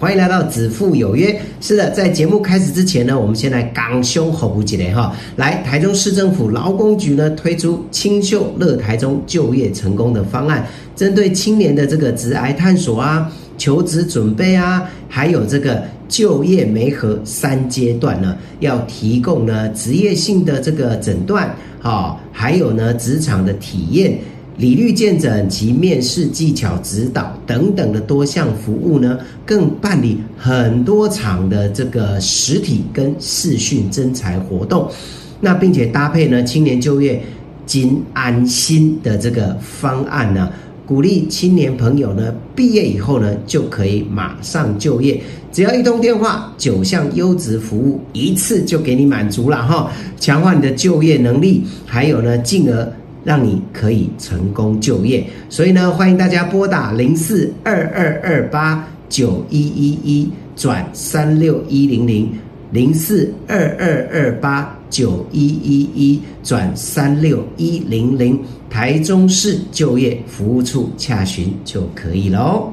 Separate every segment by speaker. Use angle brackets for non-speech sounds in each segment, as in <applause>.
Speaker 1: 欢迎来到子父有约。是的，在节目开始之前呢，我们先来港胸吼不起来哈。来，台中市政府劳工局呢推出清秀乐台中就业成功的方案，针对青年的这个职癌探索啊、求职准备啊，还有这个就业媒合三阶段呢，要提供呢职业性的这个诊断，好、还有呢职场的体验。理律见诊及面试技巧指导等等的多项服务呢，更办理很多场的这个实体跟视讯征才活动，那并且搭配呢青年就业金安心的这个方案呢，鼓励青年朋友呢毕业以后呢就可以马上就业，只要一通电话，九项优质服务一次就给你满足了哈，强化你的就业能力，还有呢进而。让你可以成功就业。所以呢，欢迎大家拨打零四二二二八九一一一转三六一零零零四二二二八九一一一转三六一零零台中市就业服务处洽询就可以喽。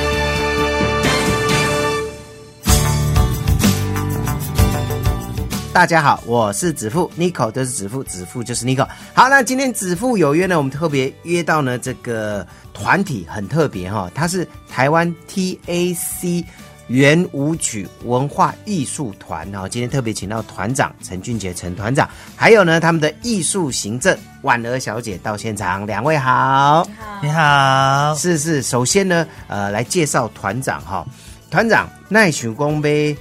Speaker 1: 大家好，我是子父 Nico，都是子父，子父就是 Nico。好，那今天子父有约呢，我们特别约到呢这个团体很特别哈、它是台湾 TAC 圆舞曲文化艺术团哦，今天特别请到团长陈俊杰陈团长，还有呢他们的艺术行政婉儿小姐到现场，两位好。
Speaker 2: 你好，
Speaker 1: 是是，首先呢，呃，来介绍团长哈。团长奈许光杯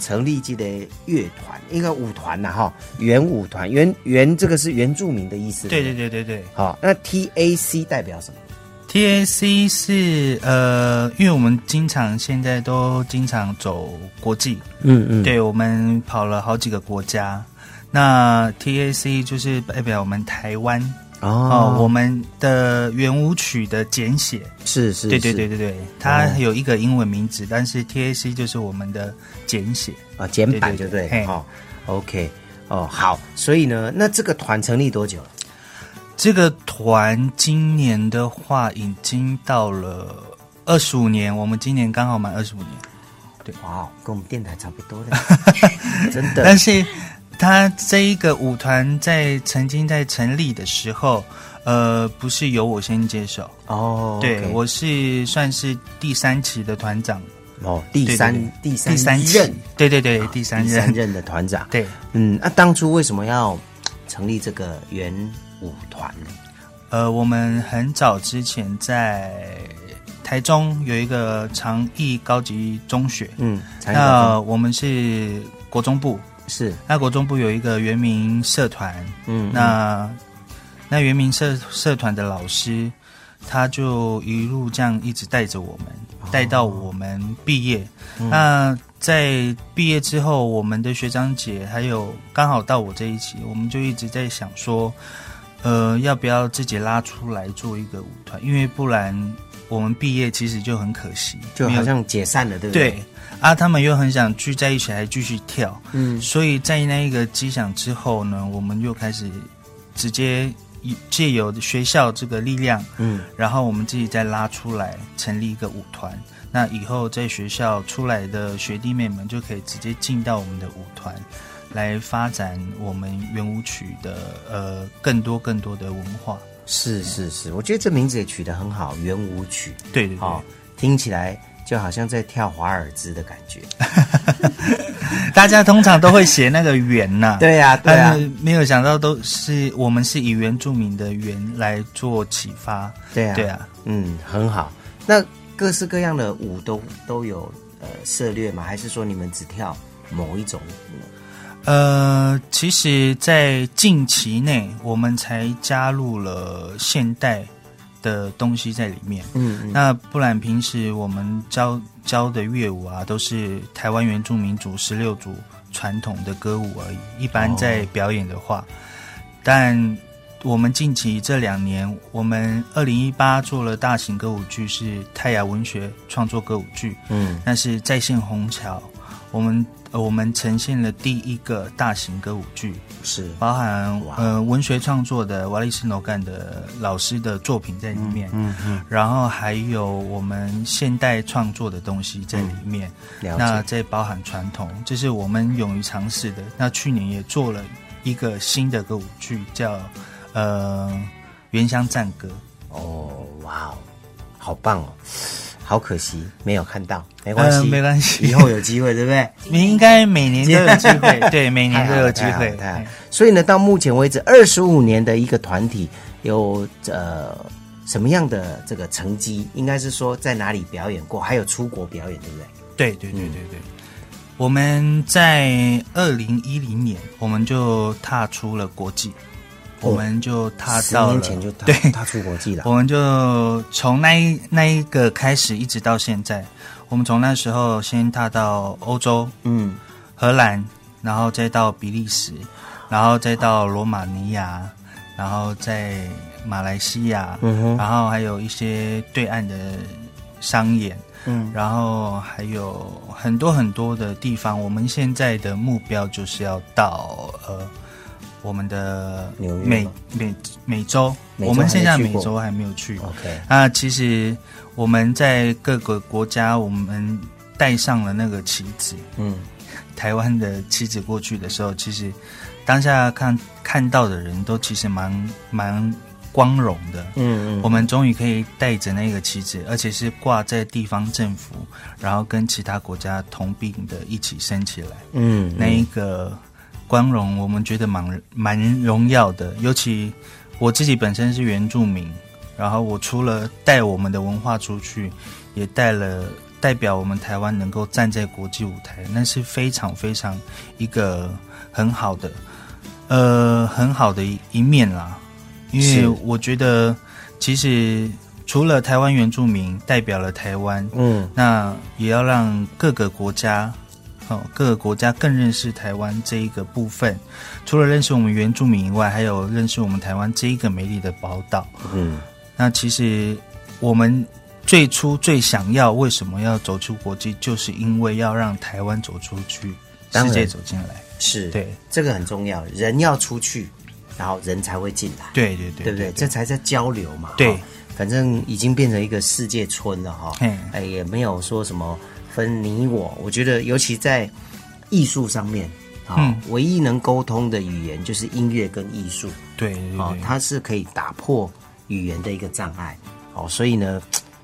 Speaker 1: 成立这个乐团，一个舞团呐哈，原舞团，原原这个是原住民的意思。
Speaker 3: 对对。对对对
Speaker 1: 好、那 T A C 代表什么？
Speaker 3: ，TAC 是呃，因为我们经常现在都经常走国际，
Speaker 1: 嗯嗯，
Speaker 3: 对我们跑了好几个国家。那 TAC 就是代表我们台湾哦、我
Speaker 1: 哦，
Speaker 3: 们的圆舞曲的简写。
Speaker 1: 是是，
Speaker 3: 对对对
Speaker 1: 是哦
Speaker 3: 对对，它有一个英文名字，但是 TAC 就是我们的简写。
Speaker 1: 啊，简版就对
Speaker 3: 对对对嘿
Speaker 1: 哦，OK，哦好，所以呢，那这个团成立多久了？
Speaker 3: 这个团今年的话已经到了二十五年，我们今年刚好满二十五年。
Speaker 1: 哇，跟我们电台差不多
Speaker 3: <laughs>
Speaker 1: 的，真的。
Speaker 3: 但是他这一个舞团在曾经在成立的时候，呃，不是由我先接手，
Speaker 1: 哦，
Speaker 3: 对
Speaker 1: OK
Speaker 3: 我是算是第三期的团长，
Speaker 1: 哦第
Speaker 3: 对对
Speaker 1: 三
Speaker 3: 对
Speaker 1: 第
Speaker 3: 第三期
Speaker 1: 任，啊
Speaker 3: 对对对，第三
Speaker 1: 第
Speaker 3: 任，
Speaker 1: 三任的团长。
Speaker 3: 对，
Speaker 1: 嗯，那、当初为什么要成立这个圆舞团呢？
Speaker 3: 呃，我们很早之前在台中有一个长益高级中学，
Speaker 1: 嗯，参
Speaker 3: 那我们是国中部，
Speaker 1: 是
Speaker 3: 那国中部有一个原民社团，
Speaker 1: 嗯
Speaker 3: 那那原民社社团的老师，他就一路这样一直带着我们，
Speaker 1: 哦
Speaker 3: 带到我们毕业。
Speaker 1: 嗯
Speaker 3: 那在毕业之后，我们的学长姐还有刚好到我这一期，我们就一直在想说，呃，要不要自己拉出来做一个舞团？因为不然我们毕业其实就很可惜，
Speaker 1: 就
Speaker 3: 没有
Speaker 1: 好像解散了，对不对？
Speaker 3: 对啊，他们又很想聚在一起，还继续跳。
Speaker 1: 嗯，
Speaker 3: 所以在那一个机响之后呢，我们又开始直接以借由学校这个力量，
Speaker 1: 嗯，
Speaker 3: 然后我们自己再拉出来成立一个舞团。那以后在学校出来的学弟妹们就可以直接进到我们的舞团，来发展我们圆舞曲的呃更多更多的文化。
Speaker 1: 是是是，我觉得这名字也取得很好，圆舞曲，
Speaker 3: 对对对，
Speaker 1: 哦，听起来就好像在跳华尔兹的感觉。
Speaker 3: 啊大家通常都会写那个圆
Speaker 1: <laughs>
Speaker 3: 呐、
Speaker 1: 对呀、对啊呀、
Speaker 3: 但是没有想到都是我们是以原住民的原来做启发，
Speaker 1: 对呀、
Speaker 3: 对，啊，
Speaker 1: 嗯，很好。那各式各样的舞都都有呃涉略吗？还是说你们只跳某一种舞？
Speaker 3: 呃，其实，在近期内我们才加入了现代的东西在里面。
Speaker 1: 嗯嗯，
Speaker 3: 那不然平时我们教教的乐舞啊，都是台湾原住民族十六族传统的歌舞而已。一般在表演的话，但我们近期这两年，我们二零一八做了大型歌舞剧是泰雅文学创作歌舞剧，
Speaker 1: 嗯，
Speaker 3: 那是在线红桥，我们、呃、我们呈现了第一个大型歌舞剧，
Speaker 1: 是
Speaker 3: 包含
Speaker 1: 哇
Speaker 3: 呃文学创作的瓦利斯诺干的老师的作品在里面，嗯嗯，然后还有我们现代创作的东西在里面，
Speaker 1: 嗯了
Speaker 3: 那
Speaker 1: 解，
Speaker 3: 再包含传统，这是我们勇于尝试的。那去年也做了一个新的歌舞剧，叫呃《原乡赞歌》。
Speaker 1: 哦，哇哦，好棒哦，好可惜没有看到，没
Speaker 3: 没
Speaker 1: 关系，
Speaker 3: 呃没关系，
Speaker 1: 以后有机会，对不对？
Speaker 3: 你应该每年都有机
Speaker 1: <laughs>
Speaker 3: 会，对，
Speaker 1: 太
Speaker 3: 每
Speaker 1: 好
Speaker 3: 年都
Speaker 1: 了
Speaker 3: 有嗯机
Speaker 1: 太好
Speaker 3: 会
Speaker 1: 了。太好了所以呢，到目前为止，二十五年的一个团体有呃什么样的这个成绩？应该是说在哪里表演过，还有出国表演，对不对？
Speaker 3: 对对
Speaker 1: 嗯
Speaker 3: 对对对，我们在二零一零年，我们就踏出了国际，
Speaker 1: 哦
Speaker 3: 我们就踏
Speaker 1: 十
Speaker 3: 到了
Speaker 1: 年前就踏
Speaker 3: 对
Speaker 1: 踏出国际了
Speaker 3: <laughs> 我。们就从那一那一个开始，一直到现在，我们从那时候先踏到欧洲，
Speaker 1: 嗯，
Speaker 3: 荷兰，然后再到比利时，然后再到罗马尼亚，然后在马来西亚，
Speaker 1: 嗯哼
Speaker 3: 然后还有一些对岸的商演，
Speaker 1: 嗯，
Speaker 3: 然后还有很多很多的地方。我们现在的目标就是要到呃。我们的
Speaker 1: 纽约
Speaker 3: 美
Speaker 1: 吗
Speaker 3: 美美洲，
Speaker 1: 美洲
Speaker 3: 我们现在
Speaker 1: 还没去
Speaker 3: 美
Speaker 1: 过
Speaker 3: 洲还没有去。
Speaker 1: OK
Speaker 3: 那其实我们在各个国家，我们带上了那个旗子，
Speaker 1: 嗯，
Speaker 3: 台湾的妻子过去的时候，其实当下看看到的人都其实蛮蛮光荣的。
Speaker 1: 嗯嗯
Speaker 3: 我们终于可以带着那个旗子，而且是挂在地方政府，然后跟其他国家同并的一起升起来。
Speaker 1: 嗯
Speaker 3: 那一个光荣，我们觉得蛮蛮荣耀的。尤其我自己本身是原住民，然后我除了带我们的文化出去，也带了代表我们台湾能够站在国际舞台，那是非常非常一个很好的，呃，很好的一一面啦。因
Speaker 1: 是
Speaker 3: 为我觉得，其实除了台湾原住民代表了台湾，
Speaker 1: 嗯
Speaker 3: 那也要让各个国家，哦，各个国家更认识台湾这一个部分。除了认识我们原住民以外，还有认识我们台湾这一个美丽的宝岛。
Speaker 1: 嗯，
Speaker 3: 那其实我们最初最想要，为什么要走出国际，就是因为要让台湾走出去，
Speaker 1: 当然
Speaker 3: 世界走进来。
Speaker 1: 是
Speaker 3: 对，
Speaker 1: 这个很重要，人要出去，然后人才会进来。
Speaker 3: 对对对
Speaker 1: 对不对？这才叫交流嘛。
Speaker 3: 对
Speaker 1: 哈反正已经变成一个世界村了哈
Speaker 3: 嘿。
Speaker 1: 哎，也没有说什么分你我。我觉得，尤其在艺术上面，啊、
Speaker 3: 嗯
Speaker 1: 唯一能沟通的语言就是音乐跟艺术
Speaker 3: 对对对
Speaker 1: 啊、
Speaker 3: 对，
Speaker 1: 它是可以打破语言的一个障碍。哦，所以呢，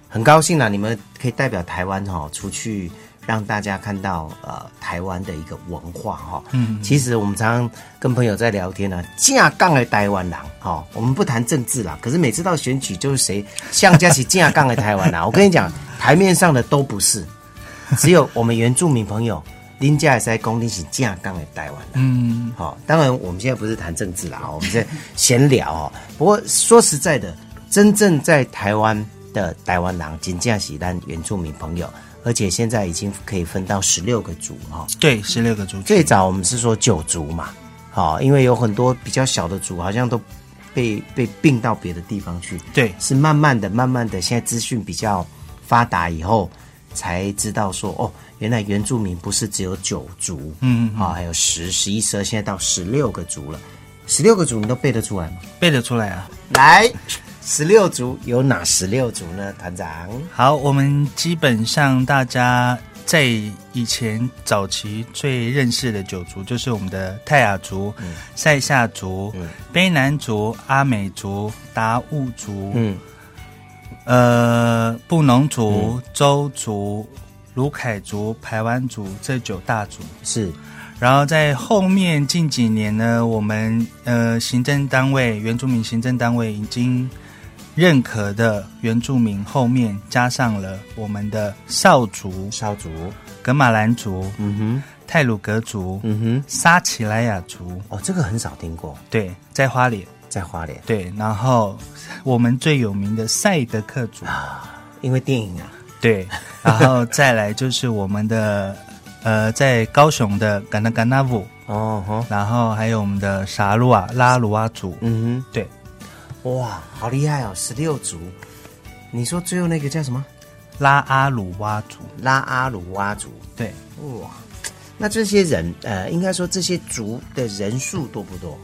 Speaker 1: 很高兴啦，你们可以代表台湾哈、出去。让大家看到呃台湾的一个文化哈、
Speaker 3: 嗯
Speaker 1: 其实我们常常跟朋友在聊天啊，架杠的台湾人，哈、哦，我们不谈政治啦，可是每次到选举就是谁像佳琪架杠的台湾啊
Speaker 3: <laughs>
Speaker 1: 啦，我跟你讲，台面上的都不是，只有我们原住民朋友林家也在公定是架杠的台湾人。
Speaker 3: 嗯，
Speaker 1: 好、当然我们现在不是谈政治啦，哦我们在闲聊哦。不过说实在的，真正在台湾的台湾人，仅仅是咱原住民朋友，而且现在已经可以分到十六个族哈、哦。
Speaker 3: 对，十六个族群，
Speaker 1: 最早我们是说九族嘛，好、因为有很多比较小的族好像都被被并到别的地方去，
Speaker 3: 对
Speaker 1: 是慢慢的、慢慢的，现在资讯比较发达以后，才知道说哦，原来原住民不是只有九族，
Speaker 3: 嗯嗯
Speaker 1: 啊、还有十、十一、十二，现在到十六个族了。十六个族你都背得出来吗？
Speaker 3: 背得出来啊。
Speaker 1: 来，十六族有哪十六族呢？团长，
Speaker 3: 好，我们基本上大家在以前早期最认识的九族，就是我们的泰雅族、塞夏族、卑南族、阿美族、达悟族、
Speaker 1: 嗯，
Speaker 3: 呃布农族、周族、卢凯族、排湾族这九大族。
Speaker 1: 是
Speaker 3: 然后在后面近几年呢，我们呃行政单位原住民行政单位已经认可的原住民后面加上了我们的少族、
Speaker 1: 少族，
Speaker 3: 格马兰族、
Speaker 1: 嗯
Speaker 3: 泰鲁格族
Speaker 1: 哼，、嗯哼，
Speaker 3: 撒奇莱雅族，
Speaker 1: 哦，这个很少听过，
Speaker 3: 对，在花莲，
Speaker 1: 在花莲。
Speaker 3: 对，然后我们最有名的赛德克族，
Speaker 1: 因为电影啊，
Speaker 3: 对，然后再来就是我们的呃在高雄的甘纳甘纳布，
Speaker 1: 哦吼，
Speaker 3: 然后还有我们的沙鲁瓦拉鲁阿族，
Speaker 1: 嗯哼，
Speaker 3: 对，
Speaker 1: 哇，好厉害哦，十六族。你说最后那个叫什么？
Speaker 3: 拉阿鲁哇族，
Speaker 1: 拉阿鲁哇族。
Speaker 3: 对，
Speaker 1: 哇，那这些人，呃，应该说这些族的人数多不多？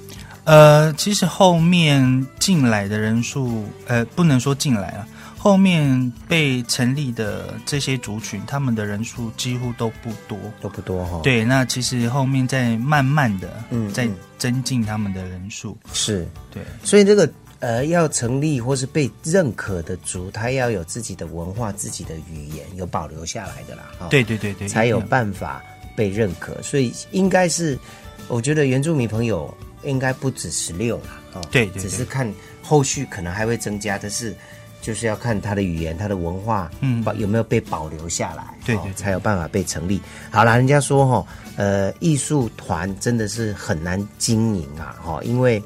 Speaker 3: 呃，其实后面进来的人数，呃，不能说进来了，后面被成立的这些族群，他们的人数几乎都不多。
Speaker 1: 都不多哈、哦。，
Speaker 3: 对，那其实后面在慢慢的
Speaker 1: 嗯哦
Speaker 3: 在
Speaker 1: 嗯
Speaker 3: 增进他们的人数。
Speaker 1: 是，
Speaker 3: 对，
Speaker 1: 所以这个呃，要成立或是被认可的族，它要有自己的文化、自己的语言，有保留下来的啦。哈、
Speaker 3: 对对对对，
Speaker 1: 才有
Speaker 3: 一定
Speaker 1: 办法被认可。所以应该是，我觉得原住民朋友应该不止十六啦，哦，
Speaker 3: 对对
Speaker 1: 只是
Speaker 3: 对
Speaker 1: 看后续可能还会增加，但是就是要看他的语言、他的文化，
Speaker 3: 嗯
Speaker 1: 保有没有被保留下来，
Speaker 3: 对
Speaker 1: 哦
Speaker 3: 对对
Speaker 1: 才有办法被成立。好啦，人家说哈、哦，呃，艺术团真的是很难经营啊，哈、哦，因为。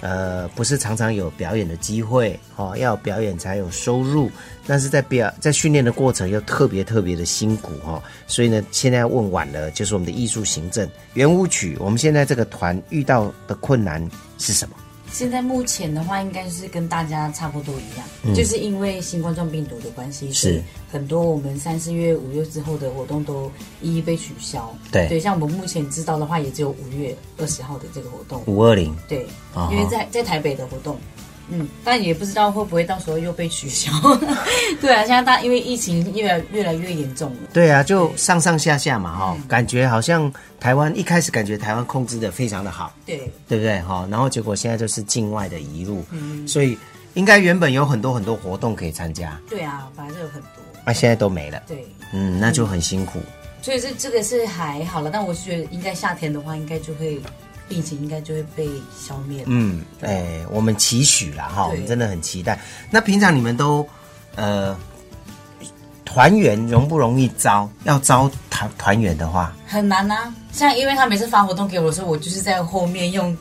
Speaker 1: 呃，不是常常有表演的机会哦，要有表演才有收入，但是在表在训练的过程又特别特别的辛苦哦，所以呢，现在问晚了，就是我们的艺术行政圆舞曲，我们现在这个团遇到的困难是什么？
Speaker 4: 现在目前的话，应该是跟大家差不多一样，就是因为新冠状病毒的关系，
Speaker 1: 嗯是
Speaker 4: 所以很多我们三四月、五月之后的活动都一一被取消。
Speaker 1: 对
Speaker 4: 对，像我们目前知道的话，也只有五月二十号的这个活动。
Speaker 1: 五二零
Speaker 4: 对
Speaker 1: 哦啊哈，
Speaker 4: 因为在在台北的活动，嗯，但也不知道会不会到时候又被取消。 <laughs> 对啊，现在大因为疫情越来越来越严重了。
Speaker 1: 对啊，就上上下下嘛哈、感觉好像台湾一开始感觉台湾控制的非常的好，
Speaker 4: 对，
Speaker 1: 对不对？哈，然后结果现在就是境外的移入，
Speaker 4: 嗯
Speaker 1: 所以应该原本有很多很多活动可以参加，
Speaker 4: 对啊，反正有很多。
Speaker 1: 那、现在都没了，
Speaker 4: 对，
Speaker 1: 嗯，那就很辛苦。
Speaker 4: 所以这这个是还好了，但我是觉得应该夏天的话，应该就会病情应该就会被消灭了。
Speaker 1: 嗯，哎，我们期许啦哈，
Speaker 4: 对
Speaker 1: 我们真的很期待。那平常你们都呃团员容不容易招？要招团团员的话，
Speaker 4: 很难呐、像因为他每次发活动给我的时候，我就是在后面用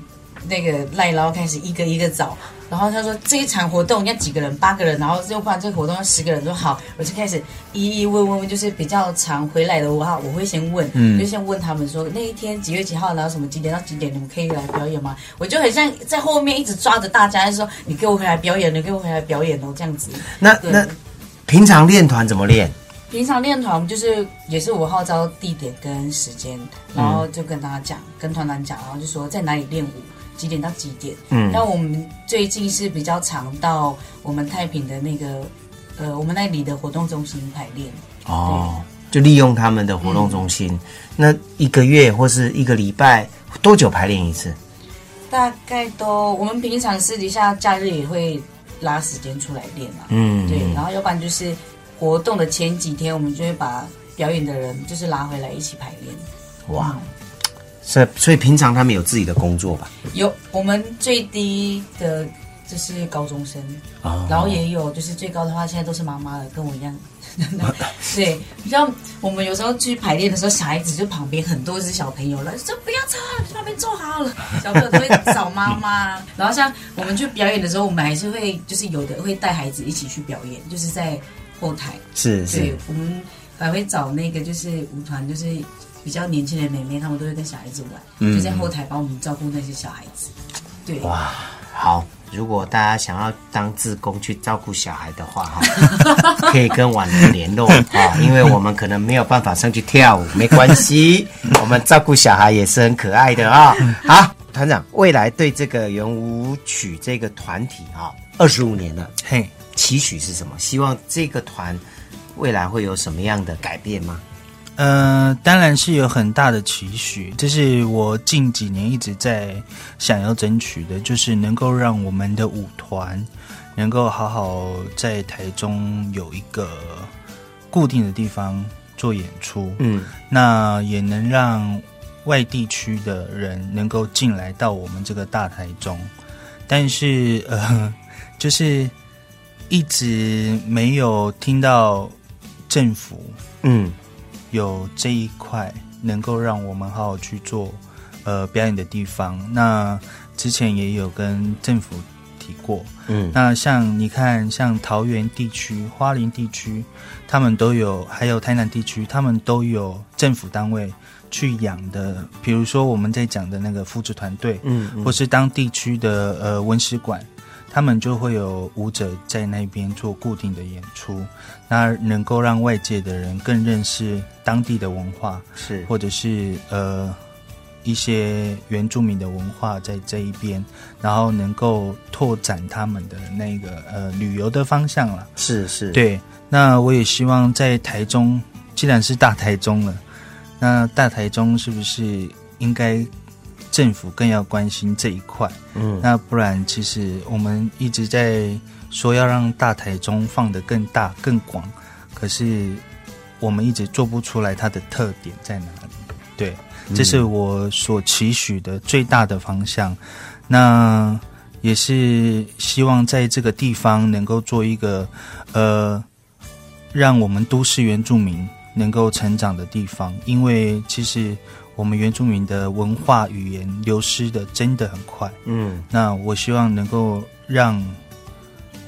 Speaker 4: 那个赖捞开始一个一个找，然后他说这一场活动要几个人，八个人，然后又不然这个活动要十个人，说好，我就开始一一问问问，就是比较常回来的话，我会先问，就先问他们说那一天几月几号，然后什么几点到几点你们可以来表演吗？我就很像在后面一直抓着大家，就说你给我回来表演，你给我回来表演哦，这样子。
Speaker 1: 那
Speaker 4: 对
Speaker 1: 那平常练团怎么练？
Speaker 4: 平常练团就是也是我号召地点跟时间，然后就跟大家讲，跟团长讲，然后就说在哪里练舞，几点到几点。
Speaker 1: 嗯
Speaker 4: 那我们最近是比较常到我们太平的那个，呃，我们那里的活动中心排练。
Speaker 1: 哦，就利用他们的活动中心。那一个月或是一个礼拜多久排练一次？
Speaker 4: 大概都我们平常私底下假日也会拉时间出来练啊。
Speaker 1: 嗯
Speaker 4: 对，然后要不然就是活动的前几天，我们就会把表演的人就是拉回来一起排练。
Speaker 1: 哇，所以所以平常他们有自己的工作吧？
Speaker 4: 有我们最低的就是高中生，
Speaker 1: 哦
Speaker 4: 然后也有就是最高的话，现在都是妈妈了，跟我一样。 <laughs> 对，像我们有时候去排练的时候，小孩子就旁边很多是小朋友了，就说不要吵，去旁边坐好了。小朋友都会找妈妈。然后像我们去表演的时候，我们还是会就是有的会带孩子一起去表演，就是在后台。
Speaker 1: 是
Speaker 4: 对
Speaker 1: 是，，
Speaker 4: 我们还会找那个就是舞团，就是比较年轻的妹妹，她们都会跟小孩子玩，就在后台帮我们照顾那些小孩子。对，
Speaker 1: 嗯哇，好！如果大家想要当志工去照顾小孩的话，哈，可以跟婉玲联络啊，因为我们可能没有办法上去跳舞，没关系，我们照顾小孩也是很可爱的啊、好，团长，未来对这个圆舞曲这个团体啊，二十五年了，
Speaker 3: 嘿，
Speaker 1: 期许是什么？希望这个团未来会有什么样的改变吗？
Speaker 3: 呃，当然是有很大的期许，这是我近几年一直在想要争取的，就是能够让我们的舞团能够好好在台中有一个固定的地方做演出，
Speaker 1: 嗯，
Speaker 3: 那也能让外地区的人能够进来到我们这个大台中，但是呃，就是一直没有听到政府
Speaker 1: 嗯，
Speaker 3: 有这一块能够让我们好好去做呃表演的地方。那之前也有跟政府提过，
Speaker 1: 嗯
Speaker 3: 那像你看，像桃园地区、花莲地区，他们都有，还有台南地区，他们都有政府单位去养的，比如说我们在讲的那个复制团队，
Speaker 1: 嗯嗯
Speaker 3: 或是当地区的呃文史馆。他们就会有舞者在那边做固定的演出，那能够让外界的人更认识当地的文化，
Speaker 1: 是
Speaker 3: 或者是呃一些原住民的文化在这一边，然后能够拓展他们的那个呃旅游的方向了。
Speaker 1: 是是，，
Speaker 3: 对，那我也希望在台中，既然是大台中了，那大台中是不是应该政府更要关心这一块？
Speaker 1: 嗯，
Speaker 3: 那不然，其实我们一直在说要让大台中放得更大、更广，可是我们一直做不出来它的特点在哪里。对，这是我所期许的最大的方向。那也是希望在这个地方能够做一个呃，让我们都市原住民能够成长的地方，因为其实我们原住民的文化语言流失的真的很快。
Speaker 1: 嗯，
Speaker 3: 那我希望能够让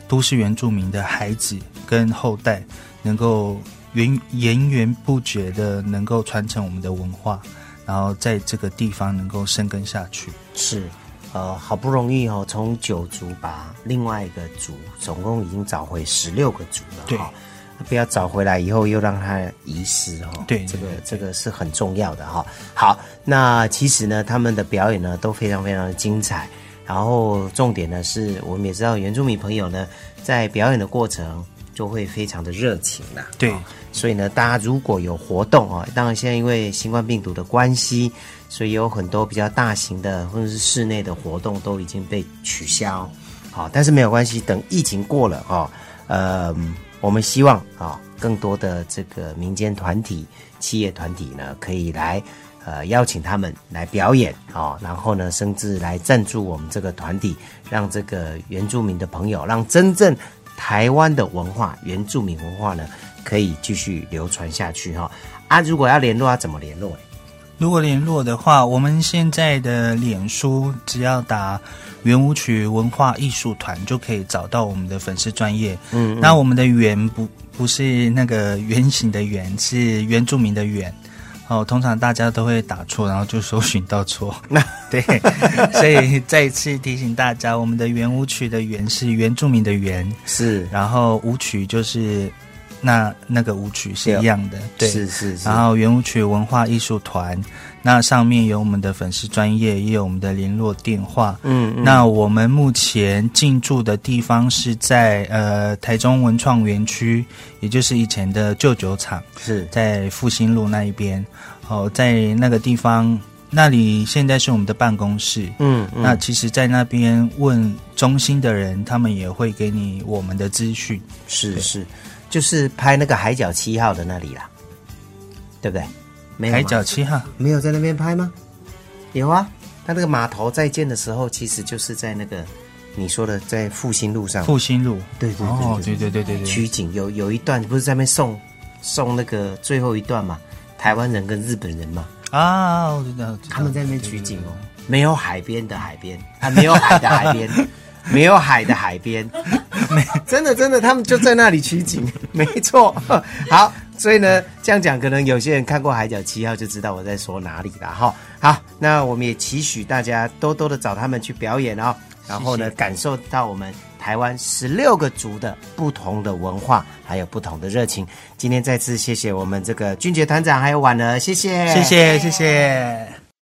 Speaker 3: 都市原住民的孩子跟后代能够源源源不绝的能够传承我们的文化，然后在这个地方能够生根下去。
Speaker 1: 是，呃，好不容易哦，从九族把另外一个族，总共已经找回十六个族了、哦，
Speaker 3: 对
Speaker 1: 不要找回来以后又让它遗失哦，
Speaker 3: 对
Speaker 1: 这个
Speaker 3: 嗯对对
Speaker 1: 这个是很重要的哈、好，那其实呢，他们的表演呢都非常非常的精彩，然后重点呢是我们也知道原住民朋友呢在表演的过程就会非常的热情啦，
Speaker 3: 对
Speaker 1: 哦所以呢，大家如果有活动啊、哦，当然现在因为新冠病毒的关系，所以有很多比较大型的或者是室内的活动都已经被取消。好、但是没有关系，等疫情过了哦，呃，我们希望啊、更多的这个民间团体、企业团体呢，可以来呃邀请他们来表演哦，然后呢，甚至来赞助我们这个团体，让这个原住民的朋友，让真正台湾的文化、原住民文化呢，可以继续流传下去哈、啊，如果要联络，要怎么联络？
Speaker 3: 如果联络的话，我们现在的脸书只要打“圆舞曲文化艺术团”就可以找到我们的粉丝专业。嗯那我们的“圆”不不是那个圆形的“圆”，是原住民的“圆”。哦，通常大家都会打错，然后就搜寻到 <laughs> 错。那对，所以再次提醒大家，我们的“圆舞曲”的“圆”是原住民的“圆
Speaker 1: 是”，
Speaker 3: 然后舞曲就是那那个舞曲是一样的。对，
Speaker 1: 是是是，
Speaker 3: 然后圆舞曲文化艺术团，那上面有我们的粉丝专业，也有我们的联络电话。
Speaker 1: 嗯嗯
Speaker 3: 那我们目前进驻的地方是在呃台中文创园区，也就是以前的旧酒厂，
Speaker 1: 是
Speaker 3: 在复兴路那一边。哦，在那个地方，那里现在是我们的办公室。
Speaker 1: 嗯嗯
Speaker 3: 那其实，在那边问中心的人，他们也会给你我们的资讯。
Speaker 1: 是是，就是拍那个海角七号的那里啦，对不对？没有吗啊
Speaker 3: 海角七号，
Speaker 1: 没有在那边拍吗？有啊，他那个码头再建的时候，其实就是在那个你说的在复兴路上，
Speaker 3: 复兴路。
Speaker 1: 对对
Speaker 3: 哦，
Speaker 1: 对
Speaker 3: 对对对对对，
Speaker 1: 取景有有一段不是在那边送送那个最后一段嘛，台湾人跟日本人嘛，
Speaker 3: 啊，我知道，我知道
Speaker 1: 他们在那边取景哦，没有海边的海边， <laughs> 啊，没有海的海边， <laughs> 没有海的海边，没真的真的，他们就在那里取景， <laughs> 没错。好，所以呢，这样讲，可能有些人看过《海角七号》就知道我在说哪里了哈。好，那我们也期许大家多多的找他们去表演哦，然后呢，感受到我们。台湾十六个族的不同的文化，还有不同的热情。今天再次谢谢我们这个俊杰团长还有婉儿，谢谢，
Speaker 3: 谢谢谢谢。